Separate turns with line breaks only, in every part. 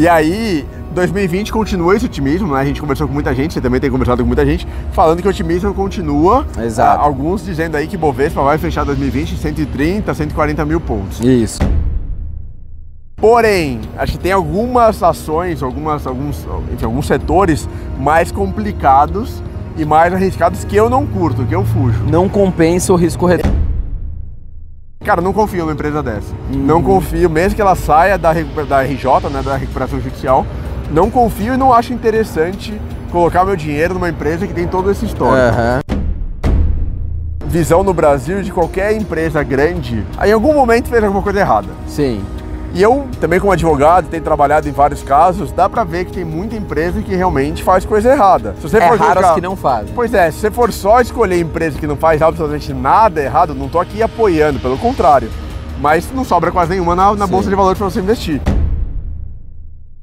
E aí, 2020 continua esse otimismo, né? A gente conversou com muita gente, você também tem conversado com muita gente, falando que o otimismo continua.
Exato.
Ah, alguns dizendo aí que Bovespa vai fechar 2020 em 130, 140 mil pontos.
Isso.
Porém, acho que tem algumas ações, algumas, alguns, enfim, alguns setores mais complicados e mais arriscados que eu não curto, que eu fujo.
Não compensa o risco retorno.
Cara, não confio numa empresa dessa.
Uhum.
Não confio, mesmo que ela saia da, recu- da RJ, né, da recuperação judicial, não confio e não acho interessante colocar meu dinheiro numa empresa que tem todo esse histórico.
Aham.
Visão no Brasil de qualquer empresa grande, aí em algum momento fez alguma coisa errada.
Sim.
E eu, também como advogado, tenho trabalhado em vários casos, dá pra ver que tem muita empresa que realmente faz coisa errada. Se você
é
for
raro as
colocar-
que não fazem.
Pois é, se você for só escolher empresa que não faz absolutamente nada errado, não tô aqui apoiando, pelo contrário. Mas não sobra quase nenhuma na, na
Sim.
bolsa de valores para você investir.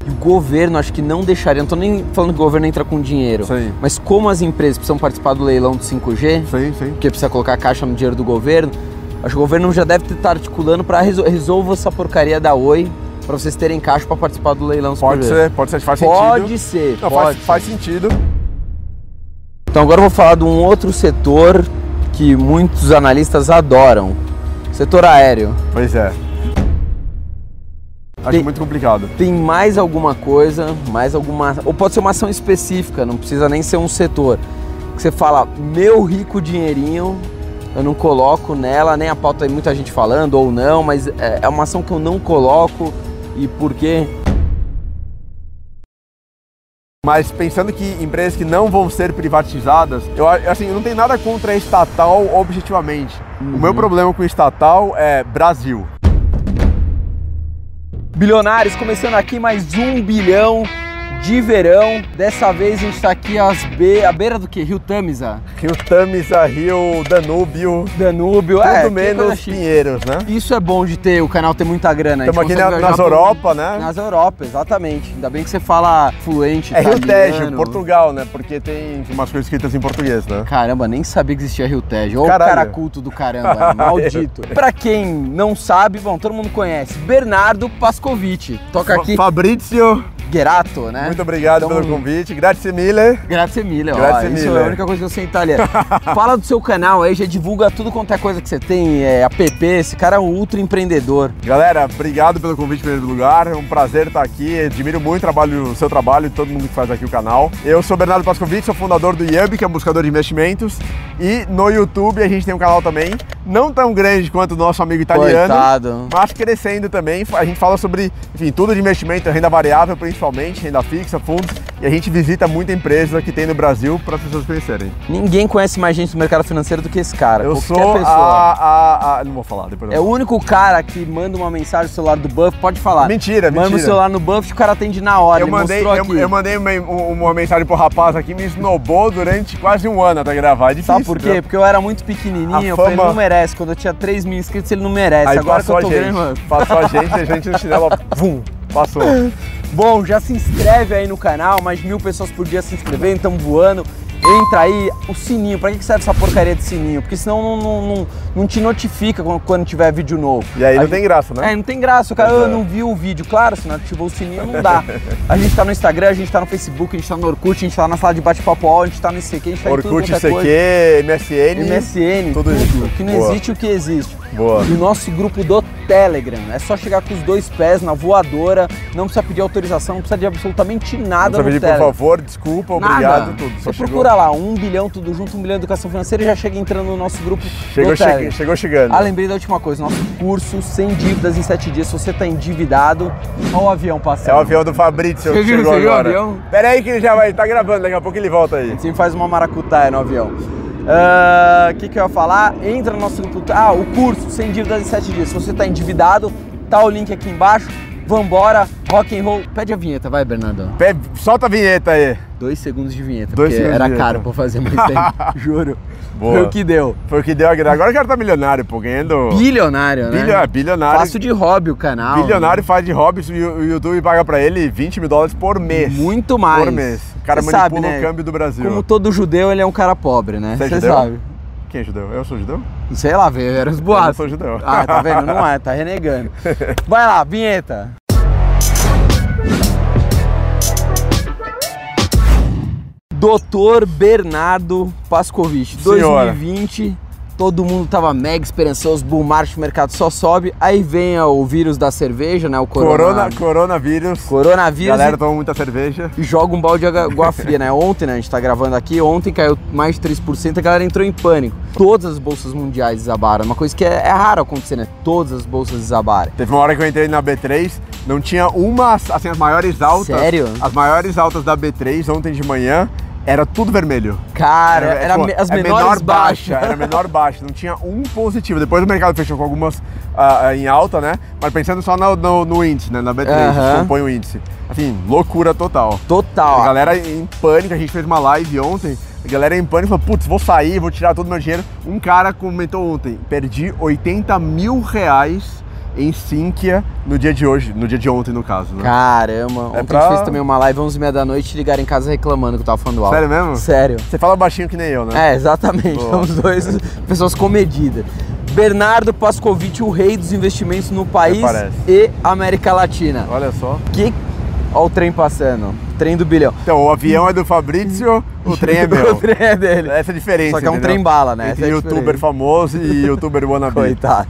E o governo acho que não deixaria. Não tô nem falando que o governo entra com dinheiro.
Sim.
Mas como as empresas precisam participar do leilão do 5G,
Sim, sim.
porque precisa colocar a caixa no dinheiro do governo, acho que o governo já deve estar articulando para resolver essa porcaria da Oi, para vocês terem caixa para participar do leilão do
Pode
5G.
ser, pode ser, faz sentido.
Pode ser,
Não,
pode.
faz, faz sentido.
Então agora eu vou falar de um outro setor que muitos analistas adoram. Setor aéreo.
Pois é. Acho
Tem-
muito complicado.
Tem mais alguma coisa, mais alguma. Ou pode ser uma ação específica, não precisa nem ser um setor. Que você fala, meu rico dinheirinho, eu não coloco nela, nem a pauta tem muita gente falando ou não, mas é é uma ação que eu não coloco e por quê?
Mas pensando que empresas que não vão ser privatizadas, eu a- assim, eu não tenho nada contra a estatal objetivamente. O
Uhum.
meu problema com estatal é Brasil.
Bilionários, começando aqui mais um bilhão de verão. Dessa vez a gente está aqui às be... à beira do que? Rio Tamisa?
Rio Tamisa, Rio Danúbio,
Danúbio,
tudo
é, que coisa
menos
chique.
Pinheiros, né?
Isso é bom de ter, o canal tem muita grana. a gente
Estamos aqui
consegue
na-
viajar
nas
por-
Europa, né?
Nas Europa, exatamente. Ainda bem que você fala fluente
É Rio Tejo,
italiano.
Portugal, né? Porque tem umas coisas escritas em português, né?
Caramba, nem sabia que existia Rio Tejo. Ô,
Caralho.
cara culto do caramba, maldito. pra quem não sabe, bom, todo mundo conhece, Bernardo Pascovitch. Toca aqui,
Fabrício,
Gerato, né?
muito obrigado
Então-
pelo convite. Grazie mille.
Grazie mille, ó.
Grazie
Isso
mille.
é a única coisa que eu sei em italiano. Fala do seu canal aí, já divulga tudo quanto é coisa que você tem, é, app, esse cara é um ultra empreendedor.
Galera, obrigado pelo convite em primeiro lugar. É um prazer estar aqui. Admiro muito o, trabalho, o seu trabalho e todo mundo que faz aqui o canal. Eu sou Bernardo Pascovitch, sou fundador do IAB, que é um buscador de investimentos. E no YouTube a gente tem um canal também, não tão grande quanto o nosso amigo italiano.
Coitado.
Mas crescendo também, a gente fala sobre, enfim, tudo de investimento, renda variável principalmente, renda fixa, fundos, e a gente visita muita empresa que tem no Brasil para as pessoas conhecerem.
Ninguém conhece mais gente do mercado financeiro do que esse cara.
Eu
Qualquer
sou
pessoa.
a, a- a- Não vou falar depois. eu
É o
falo.
único cara que manda uma mensagem no celular do Buff, pode falar.
Mentira,
Manda o
mentira.
celular no Buff e o cara atende na hora.
Eu
ele
mandei,
mostrou
eu,
aqui.
eu mandei uma, uma mensagem pro rapaz aqui, me snobou durante quase um ano até gravar. É difícil.
Sabe por quê?
viu?
Porque eu era muito pequenininho,
A
eu falei, ele
fama-
não merece. Quando eu tinha 3 mil inscritos, ele não merece.
Aí
Agora que
passou
eu
a
tô
gente.
grande, mano.
Passou a gente, a gente no chinelo, ó, vum, passou.
Bom, já se inscreve aí no canal, mais mil pessoas por dia se inscrevendo, estão voando. Entra aí, o sininho, pra que que serve essa porcaria de sininho? Porque senão não, não, não, não te notifica quando, quando tiver vídeo novo.
E aí
A
não
gente-
tem graça, né?
É, não tem graça, o cara
Pois
"Ah,
é.
não viu o vídeo. Claro, se não ativou o sininho, não dá. A gente tá no Instagram, a gente tá no Facebook, a gente tá no Orkut, a gente tá na sala de bate-papo, all, a gente tá no ICQ, a gente tá em tudo
Orkut,
quanto é coisa.
ICQ, MSN.
MSN,
tudo
tudo,
isso.
que não
Boa.
existe o que existe.
Boa.
E o nosso grupo do Telegram, é só chegar com os dois pés na voadora, não precisa pedir autorização, não precisa de absolutamente
Só
nada no
pedir, por
Telegram.
favor, desculpa,
Nada.
obrigado, tudo. Só
Você procura lá, um bilhão, tudo junto, um bilhão de educação financeira e já chega entrando no nosso grupo
Chegou,
do
che-
Telegram.
chegou chegando.
Ah, lembrei da última coisa, nosso curso sem dívidas em 7 dias. Se você tá endividado, olha o avião passando.
É o avião do Fabrício
Você
que
viu-
chegou
você viu o
agora.
avião?
Pera aí que ele já vai, tá gravando, daqui a pouco ele volta aí.
Sempre faz uma maracutaia no avião. Ah, O que, que eu ia falar? Entra no nosso grupo. Ah, o curso sem dívidas em 7 dias. Se você tá endividado, tá o link aqui embaixo. Vambora, rock and roll. Pede a vinheta, vai, Bernardo.
Pé- solta a vinheta aí.
Dois segundos de vinheta,
Dois
porque
segundos
era
de vinheta.
caro pra fazer mais tempo. Juro.
Boa.
Foi o que deu.
Foi o que deu a grana. Agora o cara tá milionário, pô, ganhando.
Bilionário, né?
Bilha- bilionário.
Faço de hobby o canal. né?
Bilionário faz de hobbies e o YouTube paga pra ele 20 mil dólares por mês.
Muito mais.
Por mês. O cara
Você
manipula
sabe, né?
o câmbio do Brasil.
Como todo judeu, ele é um cara pobre, né?
Você é
Você
judeu?
sabe.
Quem é judeu? Eu sou judeu?
Sei lá, velho, era os
Eu não
boatos.
sou judeu.
Ah, tá vendo? Não é, tá renegando. Vai lá, vinheta. Doutor Bernardo Pascovich,
Senhora.
2020. Todo mundo tava mega esperançoso, bull market, o mercado só sobe. Aí vem o vírus da cerveja, né? O corona,
Corona, coronavírus.
coronavírus.
Galera, toma muita cerveja.
e joga um balde de água fria, né? Ontem, né? A gente tá gravando aqui, ontem caiu mais de 3%, a galera entrou em pânico. Todas as bolsas mundiais desabaram. Uma coisa que é, é raro acontecer, né? Todas as bolsas desabaram.
Teve uma hora que eu entrei na B3, não tinha uma, assim, as maiores altas.
Sério?
As maiores altas da B3 ontem de manhã era tudo vermelho.
Cara, era,
pô,
me- as
é
menores
menor
baixas.
baixa. Era menor baixa, não tinha um positivo. Depois o mercado fechou com algumas ah, ah, em alta, né? Mas pensando só no, no- no índice, né? Na B3,
Aham.
que compõe o índice. Assim, loucura total.
Total.
A É galera em pânico, a gente fez uma live ontem, a galera em pânico falou, putz, vou sair, vou tirar todo o meu dinheiro. Um cara comentou ontem, perdi 80 mil reais em Sinquia no dia de hoje, no dia de ontem no caso, né?
Caramba, ontem
pra-
a gente fez também uma live 11h30 da noite ligaram em casa reclamando que eu tava falando alto.
Sério mesmo?
Sério.
Você fala baixinho que nem eu, né?
É, exatamente.
Boa.
Somos dois pessoas comedidas. Bernardo Pascovitch, o rei dos investimentos no país
É, parece.
e América Latina.
Olha só.
Que. Ó, o trem passando. Trem do bilhão.
Então, o avião é do Fabrício, o trem é
o
meu.
trem é dele.
Essa é a diferença.
Só que é um
entendeu?
trem bala, né?
Entre
Essa é a
youtuber
diferença.
famoso e youtuber wannabe.
Coitado.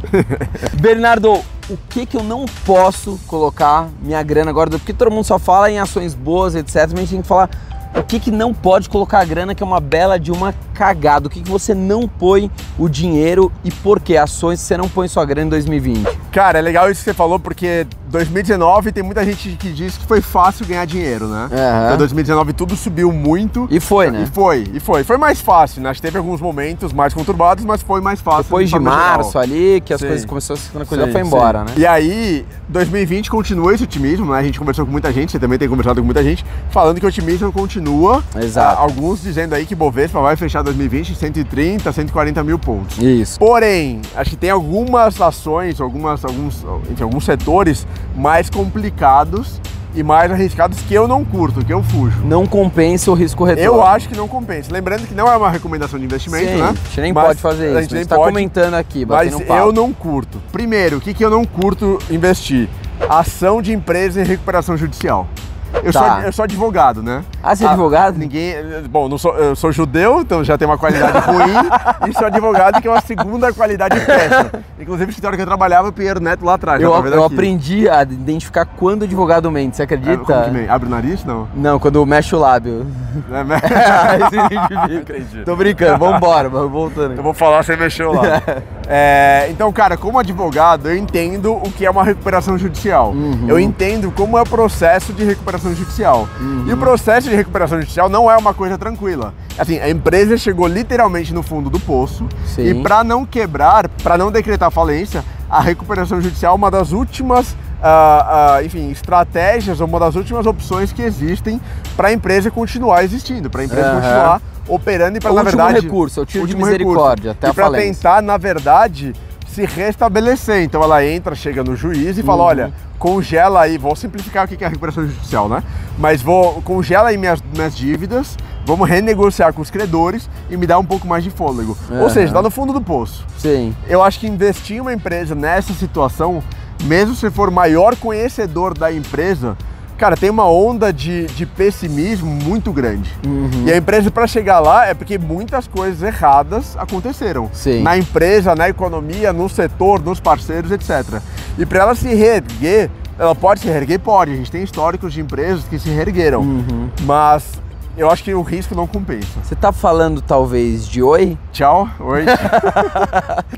Bernardo, o que que eu não posso colocar minha grana agora? Porque todo mundo só fala em ações boas, etc. Mas a gente tem que falar o que que não pode colocar a grana, que é uma bela de uma cagada. O que que você não põe o dinheiro e por que ações você não põe sua grana em 2020?
Cara, é legal isso que você falou, porque 2019 tem muita gente que diz que foi fácil ganhar dinheiro, né?
Aham.
Então 2019 tudo subiu muito.
E foi, né?
E foi, e foi. Foi mais fácil, né? A gente teve alguns momentos mais conturbados, mas foi mais fácil.
Depois de
forma geral.
março ali, que as
Sim.
coisas começaram a se tranquilizar,
Sim,
foi
sim.
embora, né?
E aí, 2020 continua esse otimismo, né? A gente conversou com muita gente, você também tem conversado com muita gente, falando que o otimismo continua.
Exato.
Ah, Alguns dizendo aí que Bovespa vai fechar 2020 em 130, 140 mil pontos.
Isso.
Porém, acho que tem algumas ações, algumas, alguns, enfim, alguns setores mais complicados e mais arriscados que eu não curto, que eu fujo.
Não compensa o risco retorno.
Eu acho que não compensa. Lembrando que não é uma recomendação de investimento,
Sim,
né?
A gente nem
Mas
pode fazer isso.
A
A
gente
gente,
nem
tá
pode,
comentando aqui,
mas
batendo um papo.
eu não curto. Primeiro, o que, que eu não curto investir? Ação de empresa em recuperação judicial. Eu,
Tá.
sou, eu sou advogado, né?
Ah, você é
Ah,
advogado?
Ninguém. Bom, não sou, eu sou judeu, então já tem uma qualidade ruim. e sou advogado, que é uma segunda qualidade péssima. Inclusive, o escritório que eu trabalhava, o Pinheiro Neto lá atrás.
Eu,
já tá vendo
eu
aqui.
aprendi a identificar quando o advogado mente, você
Ah,
acredita?
como que vem? Abre o nariz? Não.
Não, quando mexe o lábio.
É, né?
Aí você identifica.
Entendi.
Tô brincando, vambora, mas voltando.
Eu vou falar, você mexeu lá. É, então, cara, como advogado, eu entendo o que é uma recuperação judicial. Eu entendo como é o processo de recuperação judicial. E o processo de recuperação judicial não é uma coisa tranquila. Assim, a empresa chegou literalmente no fundo do poço
Sim.
e para não quebrar, para não decretar falência, a recuperação judicial é uma das últimas, ah, ah, enfim, estratégias, uma das últimas opções que existem para a empresa continuar existindo, para a empresa
Aham.
continuar operando e para
É o
na
último
verdade
recurso, é o tiro de
último recurso.
misericórdia, até
e
a
pra
falência.
tentar, na verdade, se restabelecer. Então ela entra, chega no juiz e fala:
Uhum.
olha, congela aí, vou simplificar o que é a recuperação judicial, né? Mas vou congela aí minhas, minhas dívidas, vamos renegociar com os credores e me dá um pouco mais de fôlego. Ou
Aham.
seja, tá no fundo do poço.
Sim.
Eu acho que investir em uma empresa nessa situação, mesmo se for o maior conhecedor da empresa, cara, tem uma onda de, de pessimismo muito grande. E a empresa, para chegar lá, é porque muitas coisas erradas aconteceram.
Sim.
Na empresa, na economia, no setor, nos parceiros, etc. E para ela se reerguer, ela pode se reerguer? Pode. A gente tem históricos de empresas que se reergueram. Mas eu acho que o risco não compensa.
Você tá falando talvez de oi?
Tchau, oi.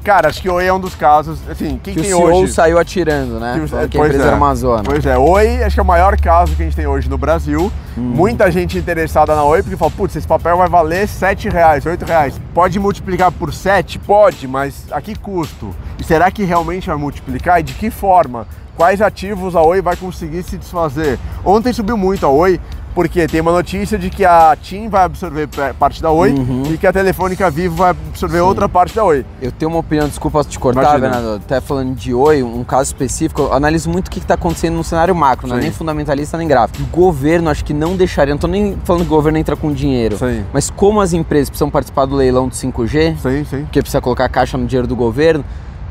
Cara, acho que oi é um dos casos. Assim, quem
Que o
tem
CEO
hoje?
saiu atirando, né?
Que o-
Falando que a
pois
empresa
é.
era uma zona.
Pois é, Oi, acho que é o maior caso que a gente tem hoje no Brasil.
Hum.
Muita gente interessada na Oi, porque fala, putz, esse papel vai valer R$ 7 reais, 8 reais. Pode multiplicar por 7? Pode, mas a que custo? E será que realmente vai multiplicar? E de que forma? Quais ativos a Oi vai conseguir se desfazer? Ontem subiu muito a Oi, porque tem uma notícia de que a TIM vai absorver pe- parte da Oi
Uhum.
e que a Telefônica Vivo vai absorver outra parte da Oi.
Eu tenho uma opinião, desculpa te cortar,
Imagina.
Bernardo. Até falando de oi, um caso específico, eu analiso muito o que está acontecendo no cenário macro, não é
Sim.
nem fundamentalista nem gráfico. O governo acho que não deixaria, não tô nem falando que o governo entra com dinheiro,
Sim.
mas como as empresas precisam participar do leilão do 5G,
Sim, sim.
porque precisa colocar caixa no dinheiro do governo,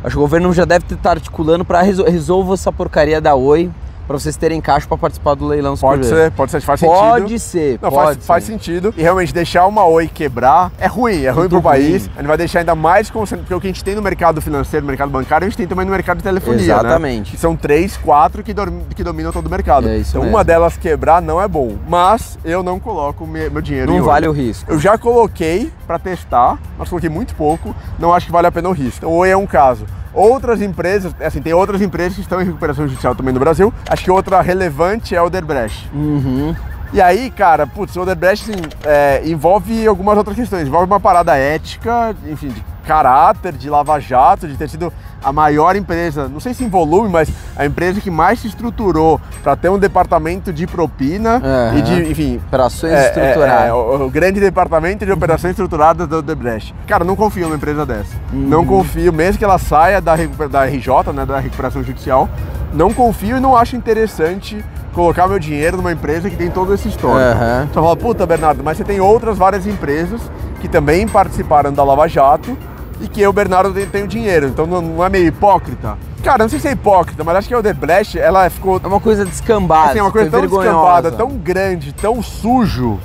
acho que o governo já deve estar articulando para resolver essa porcaria da oi. para vocês terem caixa para participar do leilão. se
Pode
quiser.
ser, pode ser, faz sentido.
Pode ser,
Não,
pode
faz,
ser.
faz sentido. E realmente deixar uma Oi quebrar é ruim, é ruim
Muito
pro
ruim.
país. A gente vai deixar ainda mais concentrado, porque o que a gente tem no mercado financeiro, no mercado bancário, a gente tem também no mercado de telefonia. né?
Exatamente.
Que São três, quatro que, dorm- que dominam todo o mercado.
É isso
então
mesmo.
uma delas quebrar não é bom. Mas eu não coloco me- meu dinheiro em
Não
ouro.
vale o risco.
Eu já coloquei para testar, mas coloquei muito pouco. Não acho que vale a pena o risco. Então, Oi é um caso. Outras empresas, assim, tem outras empresas que estão em recuperação judicial também no Brasil. Acho que outra relevante é o Odebrecht.
Uhum.
E aí, cara, putz, o Odebrecht assim, é, envolve algumas outras questões. Envolve uma parada ética, enfim, de caráter, de lava-jato, de ter sido a maior empresa, não sei se em volume, mas a empresa que mais se estruturou para ter um departamento de propina
Aham.
e de, enfim,
Operações
é,
estruturadas.
é, é, o, o grande departamento de operações estruturadas da Odebrecht. Cara, não confio numa empresa dessa. Não confio, mesmo que ela saia da, recu- da RJ, né, da recuperação judicial, não confio e não acho interessante colocar meu dinheiro numa empresa que tem todo esse histórico.
Aham.
Só fala, puta, Bernardo, mas você tem outras várias empresas que também participaram da Lava Jato e que eu, Bernardo, tenho- tenho dinheiro. Então não, não é meio hipócrita? Cara, não sei se é hipócrita, mas acho que a Odebrecht, ela ficou
É uma coisa descambada.
assim, é uma coisa tão descampada, tão grande, tão sujo,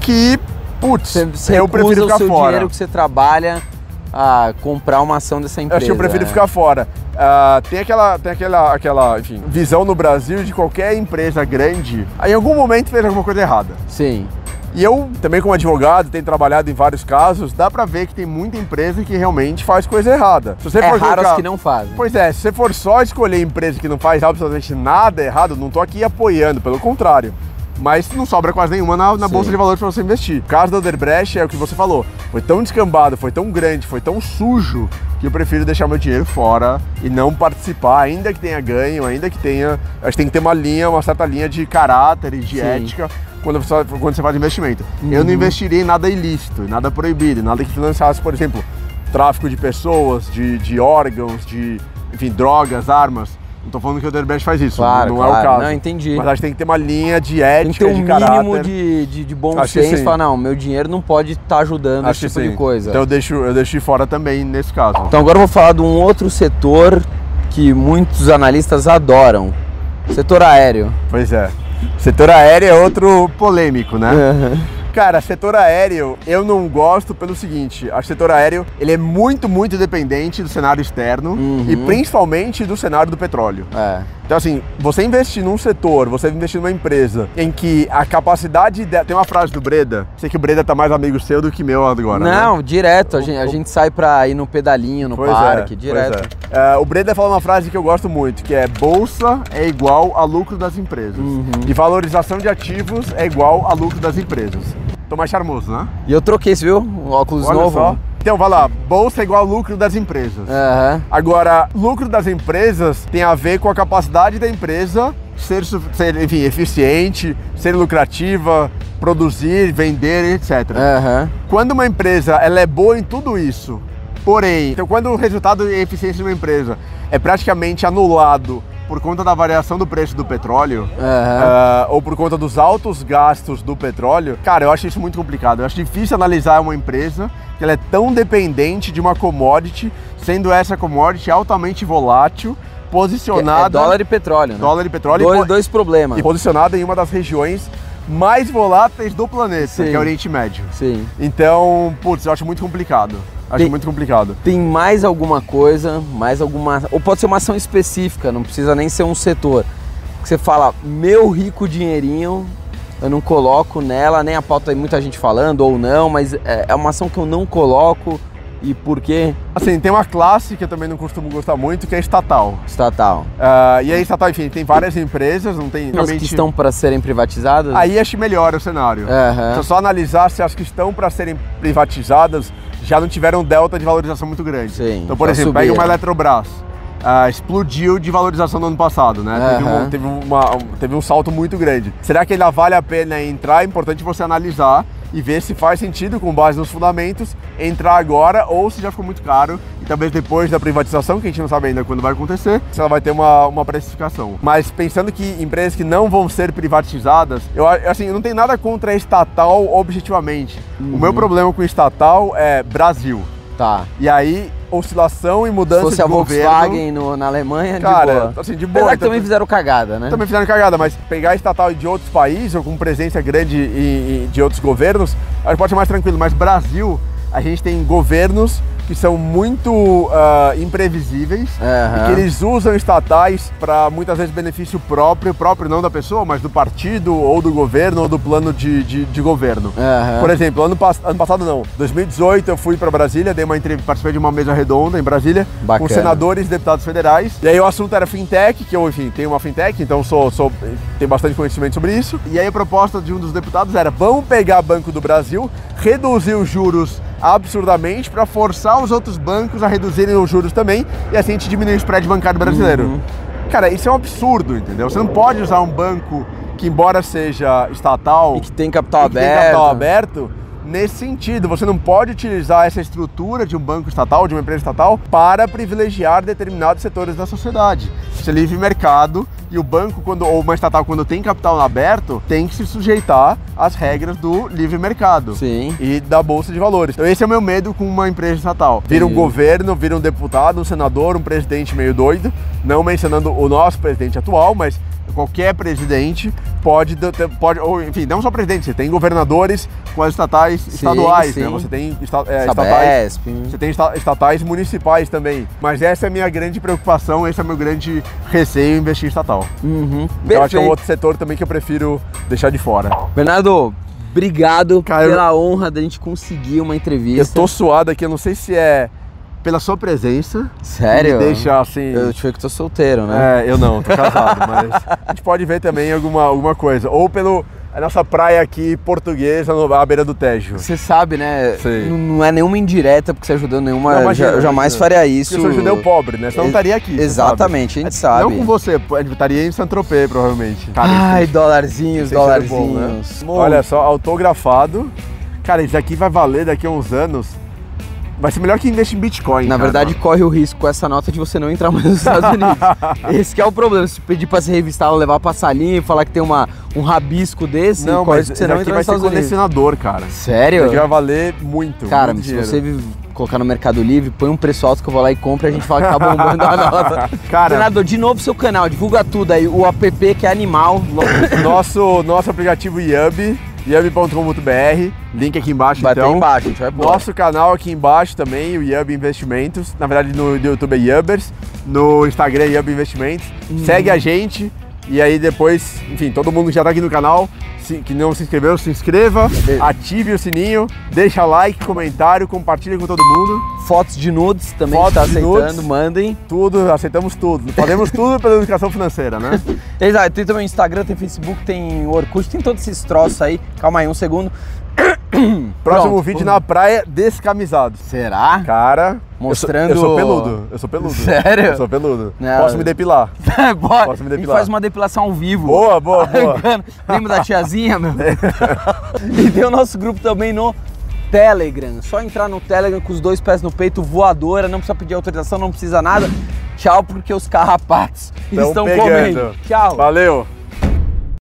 que, putz,
Você, você
eu
recusa
prefiro
o
ficar
seu
fora.
dinheiro que você trabalha a comprar uma ação dessa
Eu
empresa.
acho que eu prefiro
né?
ficar fora. Ah, tem aquela, tem aquela, aquela enfim, visão no Brasil de qualquer empresa grande, aí em algum momento fez alguma coisa errada.
Sim.
E eu, também como advogado, tenho trabalhado em vários casos, dá pra ver que tem muita empresa que realmente faz coisa errada. Se você
é
for
raro
colocar-
as que não fazem.
Pois é, se você for só escolher empresa que não faz absolutamente nada errado, não tô aqui apoiando, pelo contrário. Mas não sobra quase nenhuma na, na
Sim.
bolsa de valores para você investir. O caso da Odebrecht é o que você falou. Foi tão descambado, foi tão grande, foi tão sujo que eu prefiro deixar meu dinheiro fora e não participar, ainda que tenha ganho, ainda que tenha. Acho que tem que ter uma linha, uma certa linha de caráter e de
Sim. Uhum.
ética quando você, quando você faz investimento. Eu não investiria em nada ilícito, em nada proibido, em nada que financiasse, por exemplo, tráfico de pessoas, de, de órgãos, de enfim, drogas, armas. Não tô falando que o Odebrecht faz isso,
Claro,
não é o
claro.
caso.
Não, entendi.
Mas acho que tem que ter uma linha de
Tem que
ética,
ter um
é, de
mínimo
caráter.
de, de, de bom
Acho que
senso.
sim.
Falar, não, meu dinheiro não pode estar ajudando
Acho que
esse tipo
sim.
de coisa.
Então eu deixo, eu deixo de fora também nesse caso.
Então agora eu vou falar de um outro setor que muitos analistas adoram. Setor aéreo.
Pois é. Setor aéreo é outro polêmico,
É.
né? Cara, setor aéreo eu não gosto pelo seguinte, acho que setor aéreo ele é muito, muito dependente do cenário externo
Uhum.
e principalmente do cenário do petróleo.
É.
Então assim, você investir num setor, você investir numa empresa em que a capacidade dela... Tem uma frase do Breda, sei que o Breda tá mais amigo seu do que meu agora, né?
Não, direto. A gente, a gente sai pra ir no pedalinho, no parque,
pois
direto.
é. É, o Breda fala uma frase que eu gosto muito, que é bolsa é igual a lucro das empresas.
Uhum.
E valorização de ativos é igual a lucro das empresas. Tô mais charmoso, né?
E eu troquei, você viu? O óculos
Olha
novo.
só. Então vai lá, bolsa é igual a lucro das empresas.
É. Aham.
Agora, lucro das empresas tem a ver com a capacidade da empresa ser, su- ser, enfim, eficiente, ser lucrativa, produzir, vender, etc.
Aham.
Quando uma empresa ela é boa em tudo isso, porém, então quando o resultado e a eficiência de uma empresa é praticamente anulado por conta da variação do preço do petróleo,
Aham.
ah, ou por conta dos altos gastos do petróleo, cara, eu acho isso muito complicado. Eu acho difícil analisar uma empresa que ela é tão dependente de uma commodity, sendo essa commodity altamente volátil,
É
posicionada
dólar e petróleo, né?
dólar e petróleo
dois,
e, po-
dois problemas.
e posicionada em uma das regiões mais voláteis do planeta,
Sim.
que é o Oriente Médio.
Sim.
Então, putz, eu acho muito complicado. Acho
Tem-
muito complicado.
Tem mais alguma coisa, mais alguma. Ou pode ser uma ação específica, não precisa nem ser um setor. Que você fala, meu rico dinheirinho, eu não coloco nela, nem a pauta tem muita gente falando ou não, mas é, é uma ação que eu não coloco e por quê?
Assim, tem uma classe que eu também não costumo gostar muito, que é estatal.
Estatal.
Ah, e a estatal, enfim, tem várias empresas, não tem
As que estão É. para serem privatizadas?
Aí acho que melhora o cenário. Se
Aham.
eu só analisar se as que estão para serem privatizadas já não tiveram um delta de valorização muito grande.
Sim, né?
então, por
já
exemplo,
subiram.
pega uma Eletrobras. Ah, explodiu de valorização no ano passado, né? Teve,
Aham.
um, teve uma- um- teve um salto muito grande. Será que ainda vale a pena entrar? É importante você analisar e ver se faz sentido, com base nos fundamentos, entrar agora ou se já ficou muito caro e talvez depois da privatização, que a gente não sabe ainda quando vai acontecer, se ela vai ter uma, uma precificação. Mas pensando que empresas que não vão ser privatizadas, eu a- assim, eu não tenho nada contra a estatal objetivamente. O meu problema com estatal é Brasil.
Tá.
E aí, oscilação e
Se
mudança
fosse
de
a
governo...
Volkswagen no- na Alemanha, de
Cara,
boa.
assim, de boa.
Apesar que também fizeram cagada, né?
Também fizeram cagada, mas pegar estatal de outros países ou com presença grande e- e de outros governos, a gente pode ser mais tranquilo. Mas Brasil, a gente tem governos que são muito ah, imprevisíveis
Aham.
e que eles usam estatais para muitas vezes benefício próprio, próprio não da pessoa, mas do partido ou do governo ou do plano de, de, de governo.
Aham.
Por exemplo, ano, pas- ano passado não, 2018 eu fui para Brasília, dei uma entrevista, participei de uma mesa redonda em Brasília com
Bacana.
senadores e deputados federais. E aí o assunto era fintech, que eu, enfim, tenho uma fintech, então sou, sou tenho bastante conhecimento sobre isso. E aí a proposta de um dos deputados era: vamos pegar Banco do Brasil, reduzir os juros absurdamente para forçar os outros bancos a reduzirem os juros também, e assim a gente diminui o spread bancário brasileiro.
Uhum.
Cara, isso é um absurdo, entendeu? Você não pode usar um banco que, embora seja estatal,
E que tem capital
que tem
Tá aberto.
capital aberto nesse sentido. Você não pode utilizar essa estrutura de um banco estatal, de uma empresa estatal, para privilegiar determinados setores da sociedade. Isso é livre mercado e o banco, quando, ou uma estatal, quando tem capital aberto, tem que se sujeitar às regras do livre mercado.
Sim.
E da Bolsa de Valores. Então, esse é o meu medo com uma empresa estatal. Vira um
Entendi.
governo, vira um deputado, um senador, um presidente meio doido. Não mencionando o nosso presidente atual, mas qualquer presidente pode. do- ter- pode ou, enfim, não só presidente, você tem governadores com as estatais estaduais, né?
sim.
Você tem esta- é, estatais.
Sabesp.
Você tem esta- estatais municipais também. Mas essa é a minha grande preocupação, esse é o meu grande receio em investir em estatal.
Uhum.
Eu acho que é um
Perfeito.
outro setor também que eu prefiro deixar de fora.
Bernardo, obrigado
Cara, eu-
pela honra da gente conseguir uma entrevista.
Eu tô suado aqui, eu não sei se é pela sua presença.
Sério?
Me deixa assim.
Eu te falei que tô solteiro, né?
É, eu não, tô casado, mas a gente pode ver também alguma, alguma coisa. Ou pelo a nossa praia aqui portuguesa no- à beira do Tejo.
Você sabe, né?
Sei.
Não, não é nenhuma indireta porque você ajudou nenhuma.
Não,
eu
imagina,
já- eu jamais
imagina.
faria
Porque
isso.
eu sou judeu pobre, né? Senão eu não
Ex-
estaria aqui. você
Exatamente, a gente
sabe.
sabe.
Não com você, pô, a gente estaria em Saint-Tropez, provavelmente.
Ai,
isso tem
dolarzinhos,
sido bom, né?
dolarzinhos. Bom,
Olha só, autografado. Cara, isso aqui vai valer daqui a uns anos. Vai ser melhor que investir em Bitcoin.
Na
cara.
verdade, corre o risco com essa nota de você não entrar mais nos Estados Unidos. Esse que é o problema. Se pedir pra ser revistado, levar pra salinha e falar que tem uma, um rabisco desse,
não,
corre o
mas
risco de
isso
você não
aqui
entrar
vai
nos
ser
Estados Unidos.
colecionador, cara. Isso
Sério?
aqui vai valer muito.
Cara,
muito
se
dinheiro.
você vi- colocar no Mercado Livre, põe um preço alto que eu vou lá e compro e a gente fala que tá bombando a nota.
Cara.
Senador, de novo seu canal, divulga tudo aí. O app que é animal.
nosso, nosso aplicativo Yub, yub.com.br, link aqui embaixo
Vai ter
então.
embaixo, a gente vai pôr.
Nosso canal aqui embaixo também, o Yub Investimentos. Na verdade, no YouTube é Yubers, no Instagram é Yub Investimentos.
Hum.
Segue a gente e aí depois, enfim, todo mundo que já tá aqui no canal, se- que não se inscreveu, se inscreva, ative o sininho, deixa like, comentário, compartilha com todo mundo.
Fotos de nudes também
Fotos
que tá
de nudes.
aceitando, mandem.
Tudo, aceitamos tudo. Fazemos tudo pela educação financeira, né?
Exato, tem também o Instagram, tem Facebook, tem o Orkut, tem todos esses troços aí. Calma aí, um segundo.
Próximo
Pronto.
vídeo na praia, descamisados.
Será?
Cara,
Mostrando-
Eu sou, eu sou peludo, eu sou peludo.
Sério?
Eu sou peludo.
Não.
Posso me depilar.
Bora.
Posso me
A gente
depilar?
faz uma depilação ao vivo.
Boa, boa, boa.
Bacana. Lembra da tiazinha, meu? e tem o nosso grupo também no Telegram. Só entrar no Telegram com os dois pés no peito, voadora, não precisa pedir autorização, não precisa nada. Tchau, porque os carrapatos
Tão
estão
pegando.
comendo. Tchau.
Valeu.